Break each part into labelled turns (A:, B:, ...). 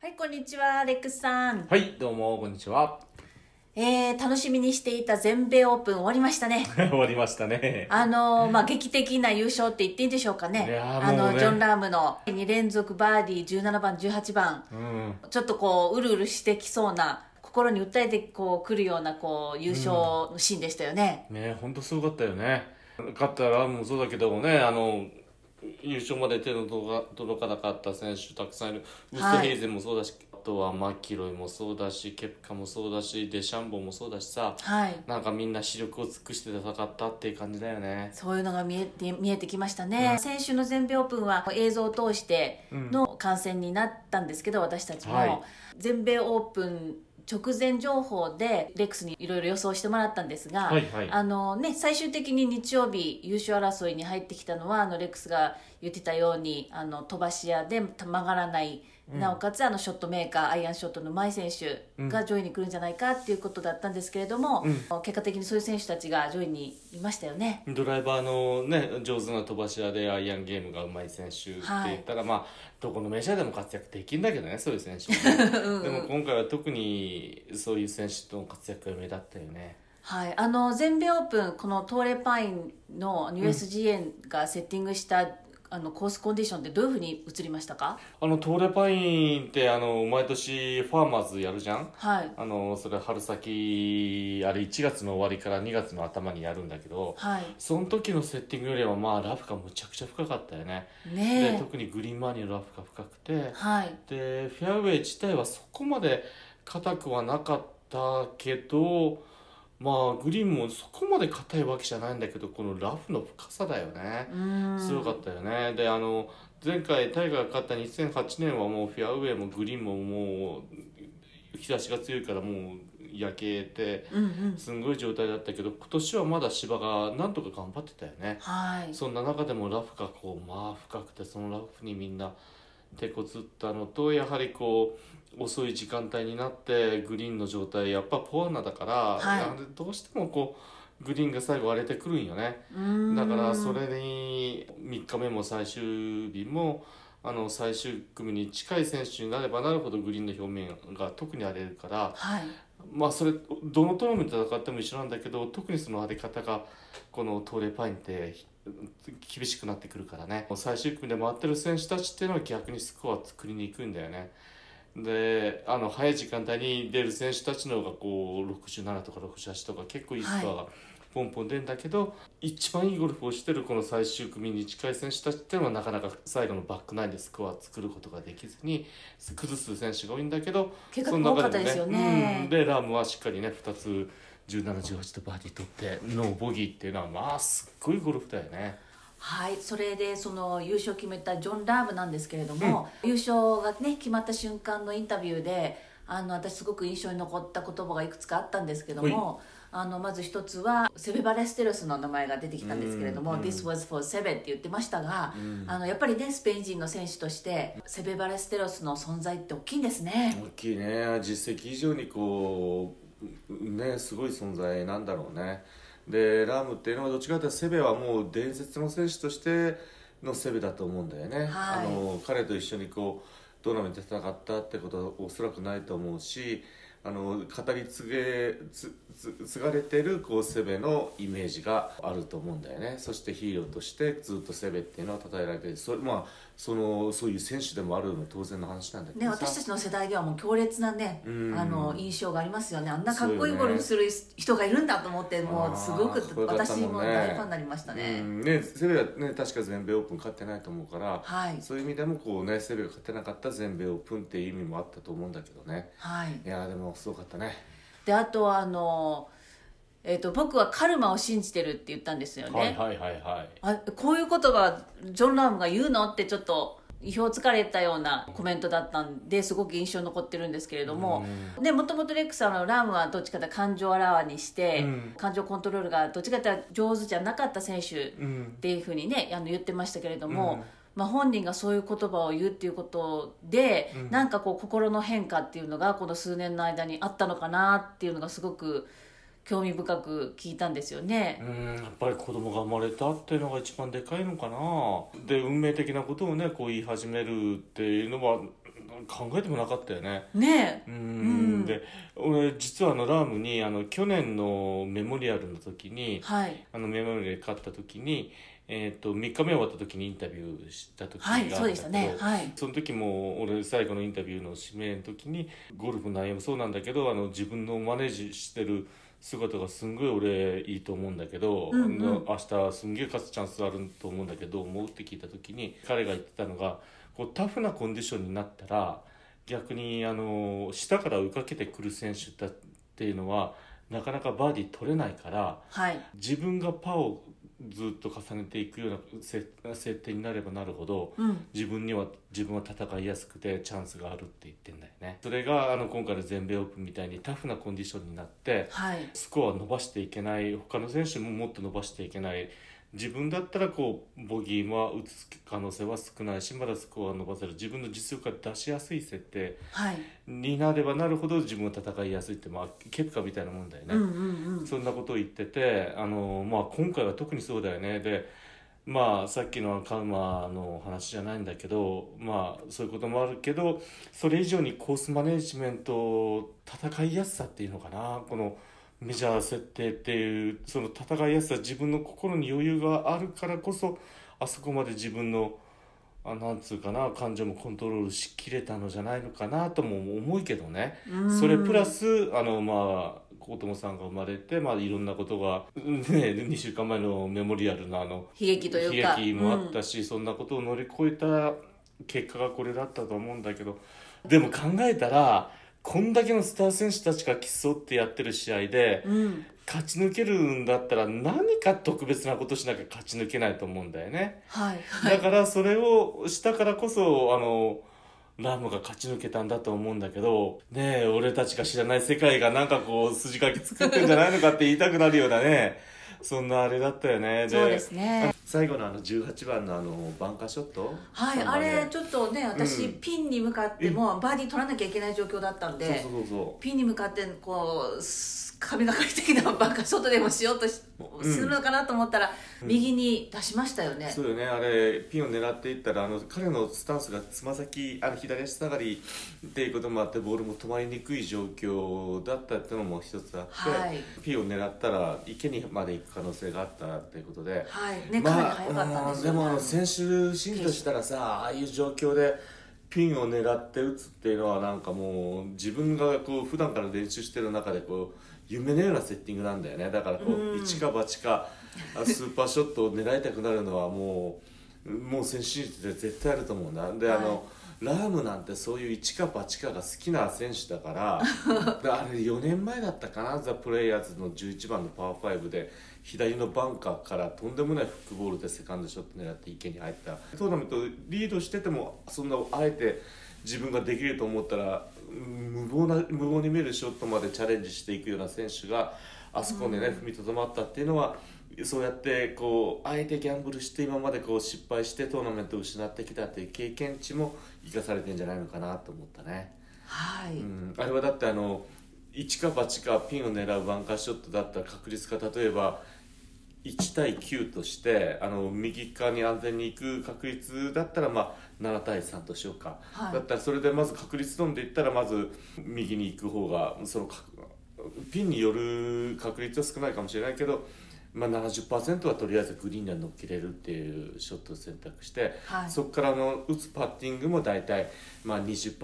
A: はい、こんにちは、レックスさん。
B: はい、どうも、こんにちは。
A: えー、楽しみにしていた全米オープン終わりましたね。
B: 終わりましたね。
A: あのーまあ、劇的な優勝って言っていいんでしょうかね。
B: いやー
A: あ
B: もう
A: の、
B: ね
A: ジョン・ラームの2連続バーディー17番、18番。
B: うん。
A: ちょっとこう、うるうるしてきそうな、心に訴えてこう、来るような、こう、優勝のシーンでしたよね。
B: ねほんとすごかったよね。勝ったらもうそうだけどもね、あの、優勝まで手の届かなかった選手たくさんいる。ウ
A: い
B: ッスヘイゼンもそうだし、あとはマキロイもそうだし、ケプカもそうだし、デシャンボもそうだしさ、
A: はい。
B: なんかみんな視力を尽くして戦ったっていう感じだよね。
A: そういうのが見えて見えてきましたね、先週の全米オープンは映像を通しての観戦になったんですけど、私たちも、
B: はい
A: 全米オープン直前情報でレックスにいろいろ予想してもらったんですが、
B: はいはい
A: あのね、最終的に日曜日優勝争いに入ってきたのはあのレックスが言ってたようにあの飛ばし屋で曲がらない、なおかつあのショットメーカーアイアンショットのうまい選手が上位に来るんじゃないかっていうことだったんですけれども、結果的にそういう選手たちが上位にいましたよね。
B: ドライバーのね、上手な飛ばし屋でアイアンゲームが上手い選手って言ったら、まあ、どこのメジャーでも活躍できるんだけどね、そう いう選手はね、でも今回は特にそういう選手との活躍が目立ったよね。
A: はい、あの全米オープンこのトーレパインの USGA がセッティングした、あのコースコンディションってどういうふうに映りましたか
B: あの、トーレパインって、あの、毎年ファーマーズやるじゃん
A: はい
B: あの、それ春先、あれ1月の終わりから2月の頭にやるんだけど、
A: はい
B: その時のセッティングよりはまあラフがむちゃくちゃ深かったよね。で、
A: ね
B: 特にグリーン周りのラフが深くて、
A: えはい
B: でフェアウェイ自体はそこまで硬くはなかったけどまあグリーンもそこまで硬いわけじゃないんだけどこのラフの深さだよね
A: うーん
B: 強かったよねであの前回タイガーが勝った2008年はもうフェアウェイもグリーンももう日差しが強いからもう焼けて
A: うんうん
B: すんごい状態だったけど今年はまだ芝がなんとか頑張ってたよね
A: はい
B: そんな中でもラフがこうまあ深くてそのラフにみんな手こずったのとやはりこう遅い時間帯になってグリーンの状態やっぱポアナだから、
A: はい
B: なんでどうしてもこうグリーンが最後荒れてくるんよね
A: うーん
B: だからそれに3日目も最終日もあの最終組に近い選手になればなるほどグリーンの表面が特に荒れるから
A: はい
B: まあそれどのトーナメント戦っても一緒なんだけど特にその荒れ方がこの東レパインってひ厳しくなってくるからね最終組で回ってる選手たちっていうのは逆にスコア作りに行くんだよねであの早い時間帯に出る選手たちの方がこう67とか68とか結構いいスコアがポンポン出るんだけど、一番いいゴルフをしてるこの最終組に近い選手たちっていうのはなかなか最後のバックナインでスコア作ることができずに崩す選手が多いんだけど
A: 結果多かったですよ
B: その中でも
A: ね
B: うんでラームはしっかりね2つ1718とバーディー取ってノーボギーっていうのはまあすっごいゴルフだよね
A: はいそれでその優勝を決めたジョン・ラームなんですけれども、優勝がね決まった瞬間のインタビューであの私すごく印象に残った言葉がいくつかあったんですけどもあのまず一つはセベ・バレステロスの名前が出てきたんですけれども「
B: うん
A: This was for セベ」って言ってましたが、
B: ん
A: あのやっぱりねスペイン人の選手としてセベ・バレステロスの存在って大きいんですね。
B: 大きいね実績以上にこううねすごい存在なんだろうねでラームっていうのはどっちかというとセベはもう伝説の選手としてのセベだと思うんだよね、
A: はい
B: あの彼と一緒にこうトーナメントで戦ったってことはおそらくないと思うしあの語り継げつつ継がれてるこうセベのイメージがあると思うんだよねそしてヒーローとしてずっとセベっていうのは称えられてるそ,、まあ、そのそういう選手でもあるのは当然の話なんだけど
A: ね、
B: さ
A: 私たちの世代ではもう強烈なね、
B: うん
A: あの印象がありますよねあんなかっこいいゴルフする人がいるんだと思ってもうすご
B: あーそ
A: く
B: うだったもん
A: 私
B: ね
A: も大ファンになりましたね
B: うんねセベはね確か全米オープン勝ってないと思うから、
A: はい
B: そういう意味でもこうねセベが勝てなかった全米オープンっていう意味もあったと思うんだけどね
A: はい
B: いやーでもすごかったね
A: であとはあの、えー、と僕はカルマを信じてるって言ったんですよね、
B: はいはいはい
A: あこういうことがジョン・ラームが言うのってちょっと意表をつかれたようなコメントだったんですごく印象に残ってるんですけれども、でもともとレックさんのラームはどっちかというと感情をあらわにして、
B: うん
A: 感情コントロールがどっちかというと上手じゃなかった選手
B: うん
A: っていうふうにねあの言ってましたけれども、
B: うん
A: まあ、本人がそういう言葉を言うっていうことで、なんかこう心の変化っていうのがこの数年の間にあったのかなっていうのがすごく興味深く聞いたんですよね。
B: うんやっぱり子供が生まれたっていうのが一番でかいのかなで運命的なことをねこう言い始めるっていうのは
C: 考えてもなかったよね。
A: ね
C: う
A: うん
C: んで俺実はあのラームにあの去年のメモリアルの時
A: え
C: に
A: はい
C: あのメモリアルで勝った時に、えー、と3日目終わった時にインタビューした時があ
A: は
C: ったん
A: い
C: だけど、
A: そうでしたねはい
C: その時も俺最後のインタビューの指名の時にゴルフの内容もそうなんだけどあの自分のマネージしてる姿がすんごい俺いいと思うんだけど、
A: うんうん
C: あの明日すんげえ勝つチャンスあると思うんだけどどう思うって聞いた時に彼が言ってたのがこうタフなコンディションになったら逆にあの下から追いかけてくる選手だっていうのはなかなかバーディー取れないから。
A: はい
C: 自分がパーをずっと重ねていくようなせ設定になればなるほど
A: うん
C: 自分には自分は戦いやすくてチャンスがあるって言ってんだよねそれがあの今回の全米オープンみたいにタフなコンディションになって
A: はい
C: スコアを伸ばしていけない他の選手ももっと伸ばしていけない自分だったらこうボギーも打つ可能性は少ないしまだスコアを伸ばせる自分の実力が出しやすい設定
A: はい
C: になればなるほど自分は戦いやすいって、まあ、結果みたいなもんだよね。
A: うんうんうん
C: そんなことを言ってて、あのまあ、今回は特にそうだよねで、まあ、さっきのカウマの話じゃないんだけど、まあ、そういうこともあるけどそれ以上にコースマネジメント戦いやすさっていうのかなこのメジャー設定っていうその戦いやすさ自分の心に余裕があるからこそあそこまで自分の。あなんつうかな感情もコントロールしきれたのじゃないのかなとも思うけどね。
A: うん
C: それプラスあのまあ子供さんが生まれて、まあ、いろんなことが、ね、2週間前のメモリアルのあの
A: 悲劇というか
C: 悲劇もあったし、そんなことを乗り越えた結果がこれだったと思うんだけどでも考えたらこんだけのスター選手たちが競ってやってる試合で
A: うんうん
C: 勝ち抜けるんだったら何か特別なことしなきゃ勝ち抜けないと思うんだよね。
A: はい
C: だからそれをしたからこそあのラムが勝ち抜けたんだと思うんだけどねえ俺たちが知らない世界がなんかこう筋書き作ってんじゃないのかって言いたくなるようなねそんなあれだったよねで
A: そうですね
B: 最後のあの18番のあのバンカーショット
A: はいあれちょっとね私、
B: うん
A: ピンに向かってもバーディー取らなきゃいけない状況だったんで
B: そうそうそうそ
A: ピンに向かってこうす神がかり的なバカ外でもしようとし、
C: ん
A: するのかなと思ったら、右に出しましたよね
B: うそうよねあれピンを狙っていったらあの彼のスタンスがつま先あの左足下がりっていうこともあってボールも止まりにくい状況だったっていうのも一つあって、
A: はい
B: ピンを狙ったら池にまで行く可能性があったっていうことで、
A: はいねかなり
B: ま
A: 早かったん
B: あ、
A: で
B: うん
A: す
B: で
A: よ、
B: もあの先週シーンとしたらさああいう状況でピンを狙って打つっていうのはなんかもう自分がこう普段から練習してる中でこう夢のようなセッティングなんだよねだからこ
A: う
B: うん一か八かあスーパーショットを狙いたくなるのはもうもう先週で絶対あると思うなであの、
A: はい
B: ラームなんてそういう一か八かが好きな選手だからであれ4年前だったかなザ・プレイヤーズの11番のパー5で左のバンカーからとんでもないフックボールでセカンドショット狙って池に入ったトーナメントリードしててもそんなあえて自分ができると思ったらうん無謀な無謀に見えるショットまでチャレンジしていくような選手があそこでね、踏みとどまったっていうのはそうやってこうあえてギャンブルして今までこう失敗してトーナメントを失ってきたっていう経験値も生かされてんじゃないのかなと思ったね、
A: はい、
B: うん、あれはだってあの1か8かピンを狙うバンカーショットだったら確率が例えば1対9としてあの右側に安全に行く確率だったら、まあ、7対3としようか、
A: はい
B: だったらそれでまず確率論で言ったらまず右に行く方がその確ピンによる確率は少ないかもしれないけど、まあ、70%はとりあえずグリーンには乗っけれるっていうショットを選択して、
A: はい
B: そこからの打つパッティングも大体、まあ、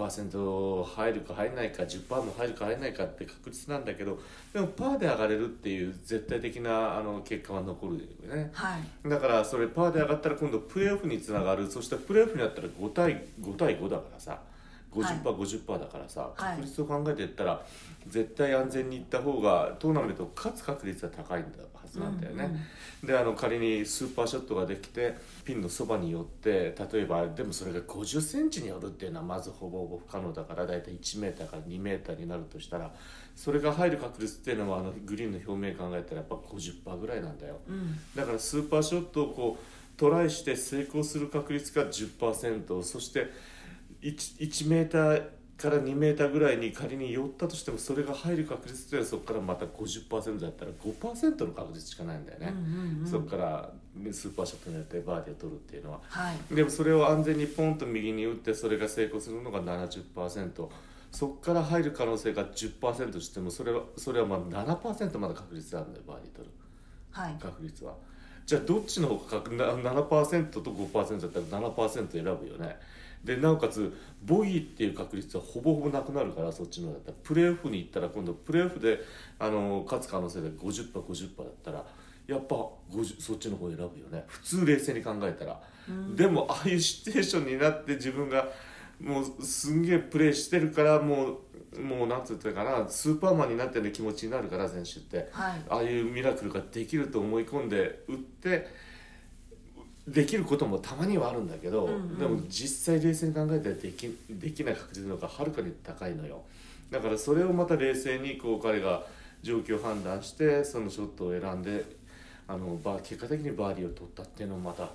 B: 20%入るか入らないか10%も入るか入らないかって確率なんだけどでもパーで上がれるっていう絶対的なあの結果は残るよね。
A: はい
B: だからそれパーで上がったら今度プレーオフにつながるそしてプレーオフになったら5対 ,5 対5だからさ 50%50%、50%だからさ
A: はい
B: 確率を考えていったら、絶対安全にいった方がトーナメントを勝つ確率は高いんだはずなんだよね、
A: うんうん
B: であの仮にスーパーショットができてピンのそばに寄って例えばでもそれが5 0ンチに寄るっていうのはまずほぼほぼ不可能だからだいたい1メーターから2メーターになるとしたらそれが入る確率っていうのはあのグリーンの表面考えたらやっぱ50%ぐらいなんだよ、
A: うん
B: だからスーパーショットをこうトライして成功する確率が10%そして 1, 1メーターから2メーターぐらいに仮に寄ったとしてもそれが入る確率っていうのはそこからまた50%だったら5%の確率しかないんだよね、
A: うんうんうん
B: そこからスーパーショットになってバーディーを取るっていうのは
A: はい
B: でもそれを安全にポンと右に打ってそれが成功するのが70%そこから入る可能性が10%してもそれはそれはまあ7%まだ確率あるんだよバーディー取る
A: はい
B: 確率はじゃあどっちの方が確な7%と5%だったら7%選ぶよねでなおかつボギーっていう確率はほぼほぼなくなるからそっちのだったらプレーオフに行ったら今度プレーオフであの勝つ可能性が 50%50% だったらやっぱ50そっちの方選ぶよね普通冷静に考えたら、でもああいうシチュエーションになって自分がもうすんげえプレーしてるからもうもうなんつったらいいかなスーパーマンになったような気持ちになるから選手って、
A: はい
B: ああいうミラクルができると思い込んで打ってできることもたまにはあるんだけど、
A: うんうん
B: でも実際冷静に考えたらできできない確率の方がはるかに高いのよだからそれをまた冷静にこう彼が状況を判断してそのショットを選んであのバー結果的にバーディーを取ったっていうのもまた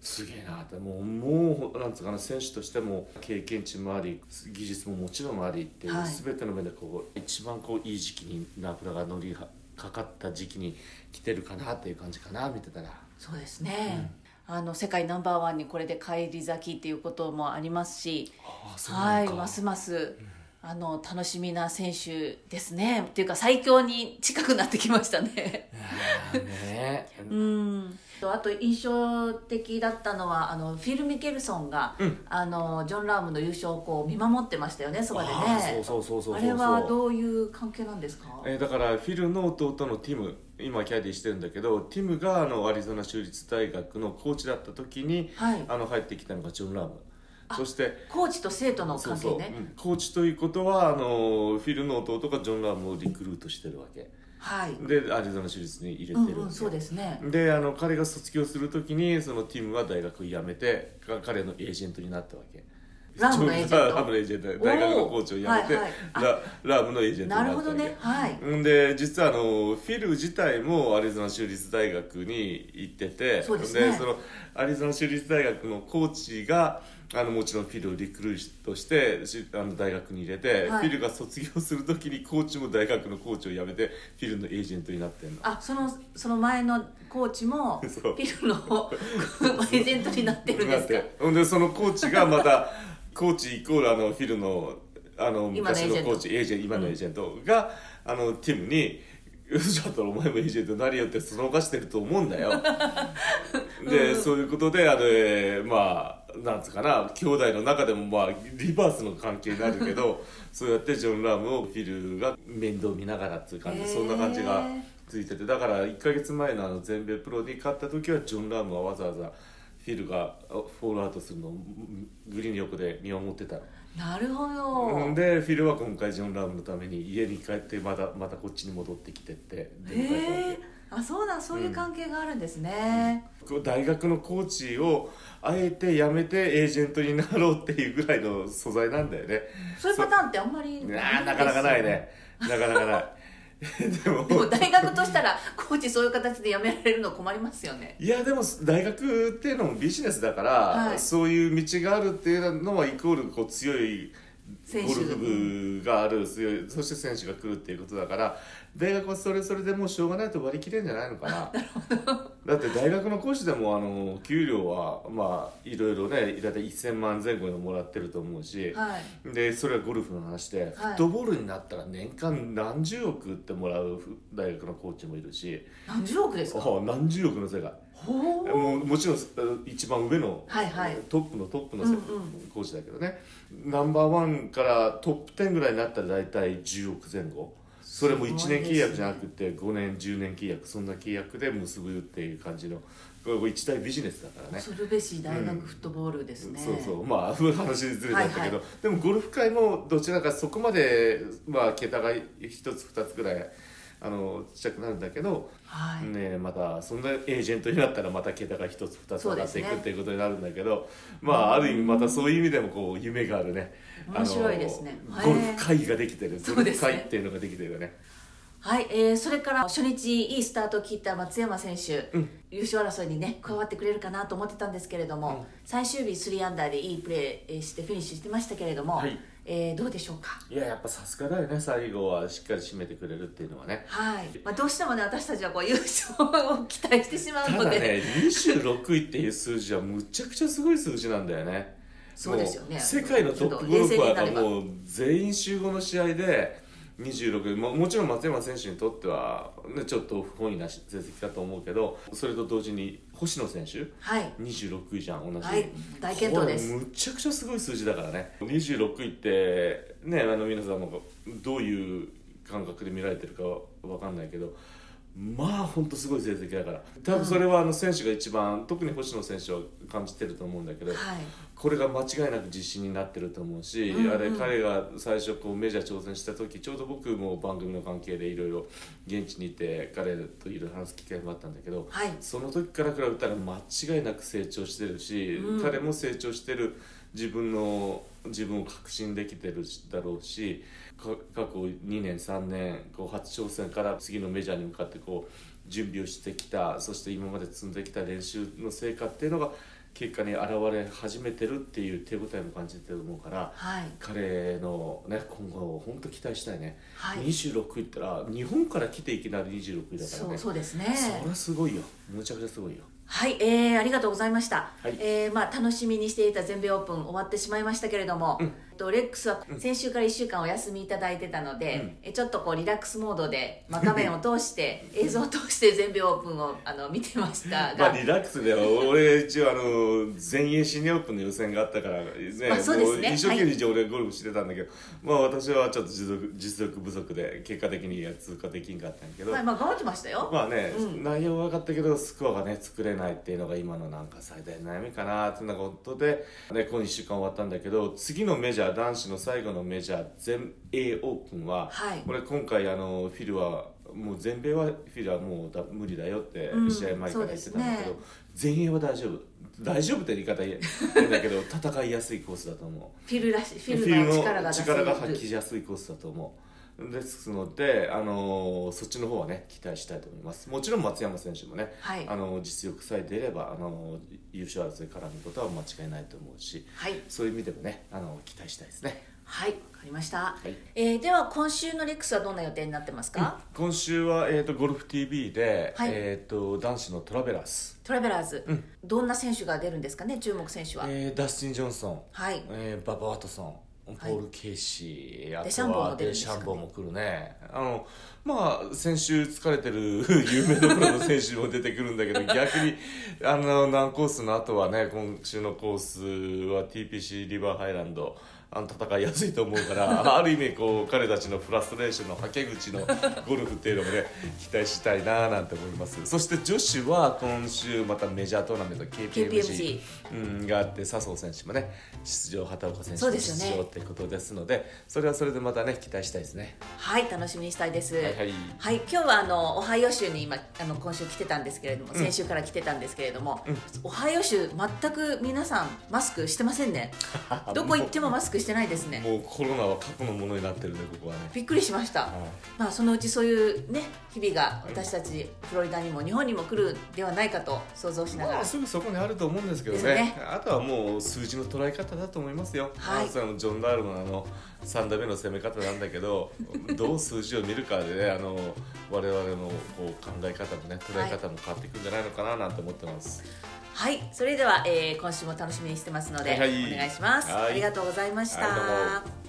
B: すげえなってもうもうなんつうかな選手としても経験値もあり技術ももちろんありっていう、
A: はい
B: 全ての面でこう一番こういい時期にナフラが乗りはかかった時期に来てるかなっていう感じかな見てたら。
A: そうですね、あの世界ナンバーワンにこれで返り咲きっていうこともありますし
B: ああ
A: はいますます、あの楽しみな選手ですねっていうか最強に近くなってきましたね
C: ね
A: うんあと印象的だったのはあのフィル・ミケルソンが、あのジョン・ラームの優勝をこう見守ってましたよねそばでね
B: あーそうそうそうそうそ
A: あ
B: うそう
A: れはどういう関係なんですか
B: えーだからフィルの弟のティム今キャディしてるんだけどティムがあのアリゾナ州立大学のコーチだった時に、
A: はい
B: あの入ってきたのがジョン・ラームそして
A: コーチと生徒の
B: そう
A: 関係ね
B: そう、うんコーチということはあのフィルの弟がジョン・ラームをリクルートしてるわけ
A: はい、
B: でアリゾナ州立に入れてる
A: うんん
B: だよ
A: うんそうですね
B: であの彼が卒業するときにそのティムは大学を辞めてか彼のエージェントになったわけ
A: ラームのエージェント
B: ラムのエージェント大学のコーチを辞め
A: おー
B: て、
A: はいはいあ
B: ララムのエージェントに
A: な
B: な
A: る
B: った
A: ほ
B: わけ
A: どねはい
B: んで実はあのフィル自体もアリゾナ州立大学に行ってて
A: そうですね
B: そのアリゾナ州立大学のコーチがあのもちろんフィルをリクルートしてしあの大学に入れて、
A: はい
B: フィルが卒業するときにコーチも大学のコーチを辞めてフィルのエージェントになってんの
A: あそのその前のコーチもフ
B: そう
A: ィルのこうエージェントになってるんですか
B: なってほんでそのコーチがまたコーチイコールあのフィルのあの
A: 今のエージェン
B: 昔
A: ト
B: のコーチエージェン今のエージェントが、あのティムに「嘘だったらお前もエージェントになりよ」ってそのかしてると思う んだよ。で、そういうことであのえーまあなんつうかな兄弟の中でもまあリバースの関係になる けどそうやってジョン・ラームをフィルが面倒見ながらっていう感
A: へ
B: じ
A: ー
B: そんな感じがついててだから1か月前のあの全米プロに勝った時はジョン・ラームはわざわざフィルがフォールアウトするのをグリーンの横で見守ってたの。
A: なるほど、
B: うんでフィルは今回ジョン・ラームのために家に帰ってまたまたこっちに戻ってきてって出迎えたわけ
A: へえあそうなんそういう関係があるんですね、
B: こう大学のコーチをあえて辞めてエージェントになろうっていうぐらいの素材なんだよね。
A: そういうパターンってあんまり
B: なあなかなかないね。なかなかない。 でも
A: でも大学としたらコーチそういう形で辞められるの困りますよね
B: いやでも大学っていうのもビジネスだから、
A: はい
B: そういう道があるっていうのはイコールこう強い
A: 選手
B: ゴルフ部がある強いそして選手が来るっていうことだから大学はそれそれでもうしょうがないと割り切れんじゃない のかなだって大学の講師でもあの給料はまあいろいろねだいたい1000万前後でもらってると思うし、
A: はい
B: でそれはゴルフの話で、フットボールになったら年間何十億ってもらう大学のコーチもいるし
A: 何十億ですか
B: ああ何十億の世界。
A: ほう
B: もうもちろんえ一番上の、
A: はいはい
B: トップのトップの
A: うんうん
B: コーチだけどね、ナンバーワンからトップ10ぐらいになったら大体10億前後それも1
A: すごいで
B: 年
A: すね
B: 契約じゃなくて5年10年契約そんな契約で結ぶっていう感じのこれ一大ビジネスだからね。
A: 恐るべし大学フットボールですね、
B: そうそうまあ話ずれちゃったけど、
A: はいは
B: でもゴルフ界もどちらかそこまでまあ桁が一つ二つぐらいあのちっちゃくなるんだけど、
A: はい、
B: ねえまたそんなエージェントになったらまた桁が一つ二つ
A: そう
B: 上
A: で
B: がっ
A: す
B: て
A: ね
B: いくっていうことになるんだけど、まあある意味またそういう意味でもこう夢があるね
A: 面白いですね
B: あのゴルフ会議ができてる
A: そ
B: ゴ
A: う
B: ル
A: で
B: フ
A: すね
B: 会っていうのができてるよね
A: はい、えーそれから初日いいスタートを切った松山選手、
B: うん
A: 優勝争いにね加わってくれるかなと思ってたんですけれども、
B: うん
A: 最終日3アンダーでいいプレーえーしてフィニッシュしてましたけれども、
B: はい
A: えーどうでしょうか
B: いややっぱさすがだよね最後はしっかり締めてくれるっていうのはね
A: はい、まあ、どうしてもね私たちはこう優勝を期待してしまう
B: た
A: の
B: だ
A: で、
B: ね26位っていう数字はむちゃくちゃすごい数字なんだよね
A: そうですよね
B: もう世界のトップゴルファーがもう全員集合の試合で26ももちろん松山選手にとっては、ね、ちょっと不本意な成績だと思うけどそれと同時に星野選手
A: はい
B: 26位じゃん同じ、
A: はい大健闘です
B: これむちゃくちゃすごい数字だからね26位ってねあの皆さんもどういう感覚で見られてるかわかんないけどまあ本当すごい成績だから多分それはあの選手が一番特に星野選手は感じてると思うんだけど、
A: はい
B: これが間違いなく自信になってると思うし、
A: うんうん
B: あれ彼が最初こうメジャー挑戦した時ちょうど僕も番組の関係でいろいろ現地にいて彼といろいろ話す機会もあったんだけど、
A: はい
B: その時から比べたら間違いなく成長してるし、
A: うん
B: 彼も成長してる自分の自分を確信できてるだろうしか過去2年3年こう初挑戦から次のメジャーに向かってこう準備をしてきたそして今まで積んできた練習の成果っていうのが結果に現れ始めてるっていう手応えも感じてると思うから
A: はい
B: 彼の、ね、今後を本当期待したいね、
A: はい
B: 26位ったら日本から来ていきなり26位だからね
A: そうそうですね
B: そりゃすごいよむちゃくちゃすごいよ
A: はい、えーありがとうございました、
B: はい
A: えーまあ、楽しみにしていた全米オープン終わってしまいましたけれども、えっとレックスは先週から1週間お休みいただいてたので、えちょっとこうリラックスモードで、まあ、画面を通して映像を通して全米オープンをあの見てました
B: ま
A: が、
B: あリラックスで俺一応あの全英シニアオープンの予選があったから、ね
A: まあそうですね
B: もう一生懸命一応俺ゴルフしてたんだけど、まあ私はちょっと実力実力不足で結果的に通過できんかったんやけど、
A: はいまあ、頑張ってましたよ、
B: まあね、
A: うん
B: 内容は分かったけどスコアがね作れないっていうのが今のなんか最大の悩みかなっていうようなことで、ね、今1週間終わったんだけど次のメジャー男子の最後のメジャー全英オープンは、
A: はい
B: 俺今回あのフィルはもう全米はフィルはもうだ無理だよって
A: うん
B: 試合前から言ってたんだけど、
A: そうですね
B: 全英は大丈夫大丈夫って言い方変だ けど戦いやすいコースだと思う。
A: フィルらしフ
B: フ
A: ィ
B: ィ
A: ル
B: ル
A: の
B: の
A: 力が出せる
B: 力が発揮しやすいコースだと思うですので、あのーそっちの方はね期待したいと思いますもちろん松山選手もね、
A: はい
B: あのー実力さえ出れば、あのー優勝争い絡むことは間違いないと思うし
A: はい
B: そういう意味でもね、あのー期待したいですね
A: はいわかりました、
B: い
A: えーでは今週のレックスはどんな予定になってますか、
B: 今週は、えー、とゴルフ TV で、
A: はい
B: えー、と男子のトラベラース、
A: トラベラーズ、どんな選手が出るんですかね注目選手は、
B: えーダスティン・ジョンソン、
A: はい
B: えーババ・ワトソンポ
A: い
B: ール・ケイシー、
A: デシ
B: あ
A: ャン
B: と
A: ボーも
B: は
A: 出るん
B: デ
A: です
B: シ
A: かね
B: ャンボーも来るねあのまあ先週疲れてる 有名どころの選手も出てくるんだ けど逆にあの難コースの後はね今週のコースは TPC リバーハイランドあの戦いやすいと思うから ある意味こう彼たちのフラストレーションのはけ口の ゴルフっていうのもね期待したいななんて思いますそして女子は今週またメジャートーナメント KPMG
A: KPMG
B: うん、があって笹生選手もね出場畑岡選手
A: そう
B: も
A: ですよね
B: 出場ってことですのでそれはそれでまたね期待したいですね
A: はい、楽しみにしたいです。はい
B: はい
A: 今日はあのオハイオ州に今あの今週来てたんですけれども、先週から来てたんですけれども、オハイオ州全く皆さんマスクしてませんね。どこ行ってもマスクしてないですね。
B: もうコロナは過去のものになってるねここはね
A: びっくりしました。
B: はい
A: まあそのうちそういうね日々が私たちフロリダにも日本にも来るではないかと想像しなが
B: ま
A: ら
B: あ、。すぐそこにあると思うんですけどね
A: ですね
B: あとはもう数字の捉え方だと思いますよ、
A: はい
B: あのそれもジョン・ダールのあの3打目の攻め方なんだ けどどう数字を見るかでねあの我々のこう考え方もね捉え方も変わっていくんじゃないのかななんて思ってます、
A: はい、それでは、えー今週も楽しみにしてますので、
B: はいはい
A: お願いします。
B: はい
A: ありがとうございました。
B: はいどうも